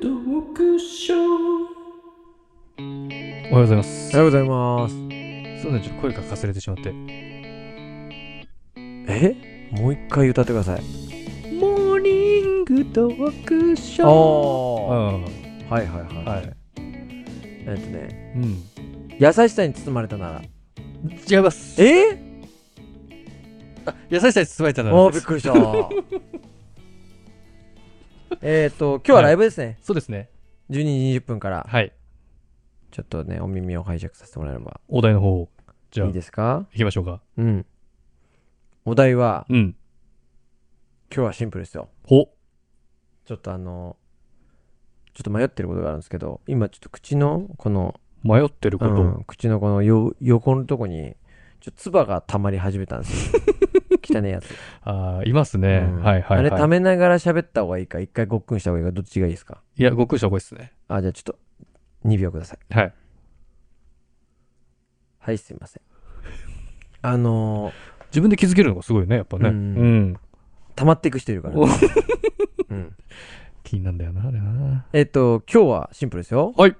クショーおはようございますおはようございます。すいませんちょっと声がかすれてしまってえもう一回歌ってください。モーニングトークシあョーああ。あはいはいはい。はいえっとね、うん優しさに包まれたなら。違いますえ優しさに包まれたなおらー、びっくりした。 えっと、今日はライブですね。そうですね12時20分から、はいちょっとね、お耳を拝借させてもらえればお題の方をじゃあいいですか行きましょうかうん。お題は、うん今日はシンプルですよ。ほちょっとあの、ちょっと迷ってることがあるんですけど、今ちょっと口の、この、迷ってること、うん、口のこのよ横のとこにちょっと唾が溜まり始めたんで すよ汚いやつ、ああいますね、うんはいはい、はい、あれ溜めながら喋った方がいいか一回ごっくんした方がいいかどっちがいいですかいやご苦労した方がいいですねあじゃあちょっと2秒くださいはいはいすいませんあのー、自分で気づけるのがすごいよねやっぱねう、うんん溜まっていく人いるから、おうん、気になんだよなあれなえっと今日はシンプルですよはい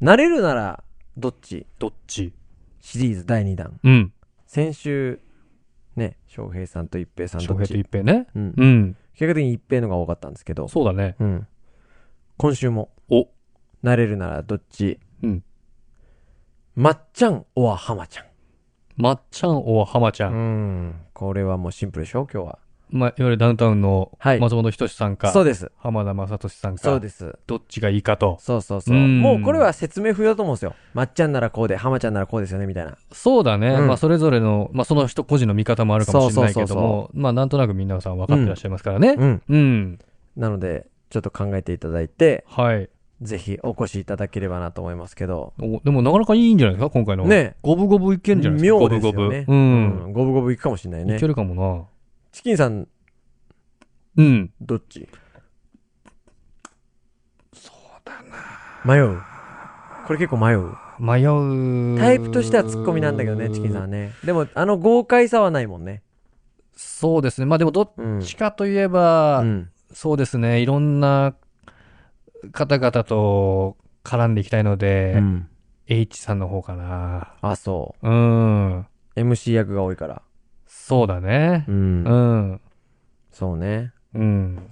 なれるならどっちどっちシリーズ第2弾うん先週ね翔平さんと一平さん翔どっ平とち一平ねうんう、ん結果的に一平のが多かったんですけどそうだねうん、今週もおなれるならどっちうんまっちゃんおははまちゃんまっちゃんおはまちゃん、うんこれはもうシンプルでしょ今日まあ、いわゆるダウンタウンのはい松本人志さんか、はそうです浜田雅俊さんそかう、ですどっちがいいかと。そうそうそううんもうこれは説明不要だと思うんですよまっちゃんならこうではまちゃんならこうですよねみたいなそうだね、うんまあ、それぞれの、まあ、その人個人の見方もあるかもしれないけどそうそも、まあ、なんとなく皆さん分かってらっしゃいますからね。うんうん。なのでちょっと考えていただいてはいぜひお越しいただければなと思いますけどおでも、なかなかいいんじゃないですか、今回の。ね五分五分いけんじゃないですか、妙五で分す五よ分。ねうん。うん五分五分いくかもしれないいねけるかもチキンさんな。うん。どっちそうだな迷うこれ結構迷う迷う。タイプとしてはツッコミなんだけどねチキンさんはねでもあの豪快さはないもんねそうですね。まあ、でも、どっうん、ちかといえば、うん、そうですね、いろんな方々と絡んでいきたいので、うん、 H さんの方かな。あそうん。う MC 役が多いからそうだねう。ん、うん。そうねうん。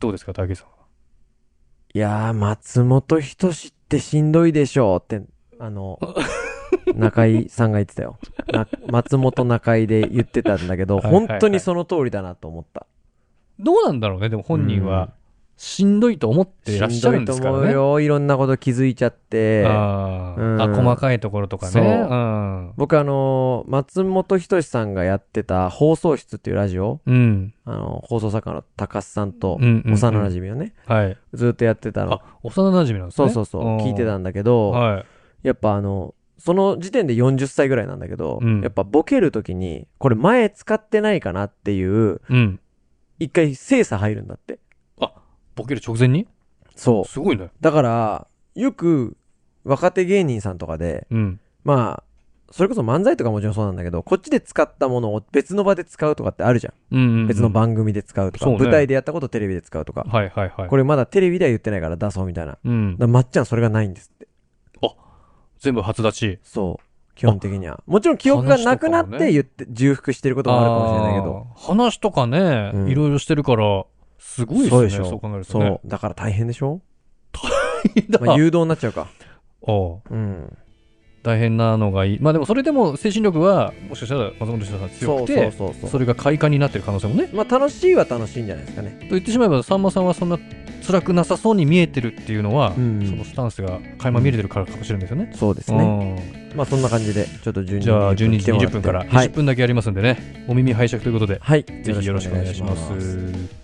どうですか、竹井さん。いやー松本人志ってしんどいでしょうって あの中井さんが言ってたよな松本中井で言ってたんだけどはいはいはい本当にその通りだなと思ったどうなんだろうね、でも本人は、しんどいと思っていらっしゃるんですかしんらどいね。と思うよいろんなこと気づいちゃってあー、うんあ、細かいところとかそうね。うん。僕あのー松本人志さんがやってた放送室っていうラジオうん。あの放送作家の高須さんとうんうんうん幼馴染をね、はい。ずっとやってたのあ、幼馴染なんですそね。うそうそう、ん聞いてたんだけど、はい。やっぱあのその時点で40歳ぐらいなんだけど、うんやっぱボケる時にこれ前使ってないかなっていううん。一回精査入るんだってボケる直前にそうすごいね。だからよく若手芸人さんとかでうん。まあそれこそ漫才とかもちろんそうなんだけどこっちで使ったものを別の場で使うとかってあるじゃんうんうんうん別の番組で使うとか、そうね舞台でやったことをテレビで使うとか、はいはいはい。これまだテレビでは言ってないから出そうみたいな。だかうん。らまっちゃんそれがないんですって。全部初立ち。そう。基本的には。もちろん記憶がなくなっ話とかもねて言って、重複してることもあるかもしれないけど。あー話とかね、うんいろいろしてるから、すごいですそうね。でしそうょ考えるとそ ねう。。だから大変で しょだまあ誘導になっちゃうか。おううん。大変なのがいい。まあでもそれでも精神力は、もしかしたら松本人志さん強くそうそうて、そうそう。それが快感になってる可能性もね。まあ楽しいは楽しいんじゃないですかね。と言ってしまえば、さんまさんはそんな辛くなさそうに見えてるっていうのは、うんそのスタンスが垣間見れてるからかもしれないですよね。そうですね。ねまあそんな感じで、ちょっと12じゃあ12時来ても20って分からは20い。分だけやりますんでね、お耳拝借ということではい。ぜひよろしくお願いします。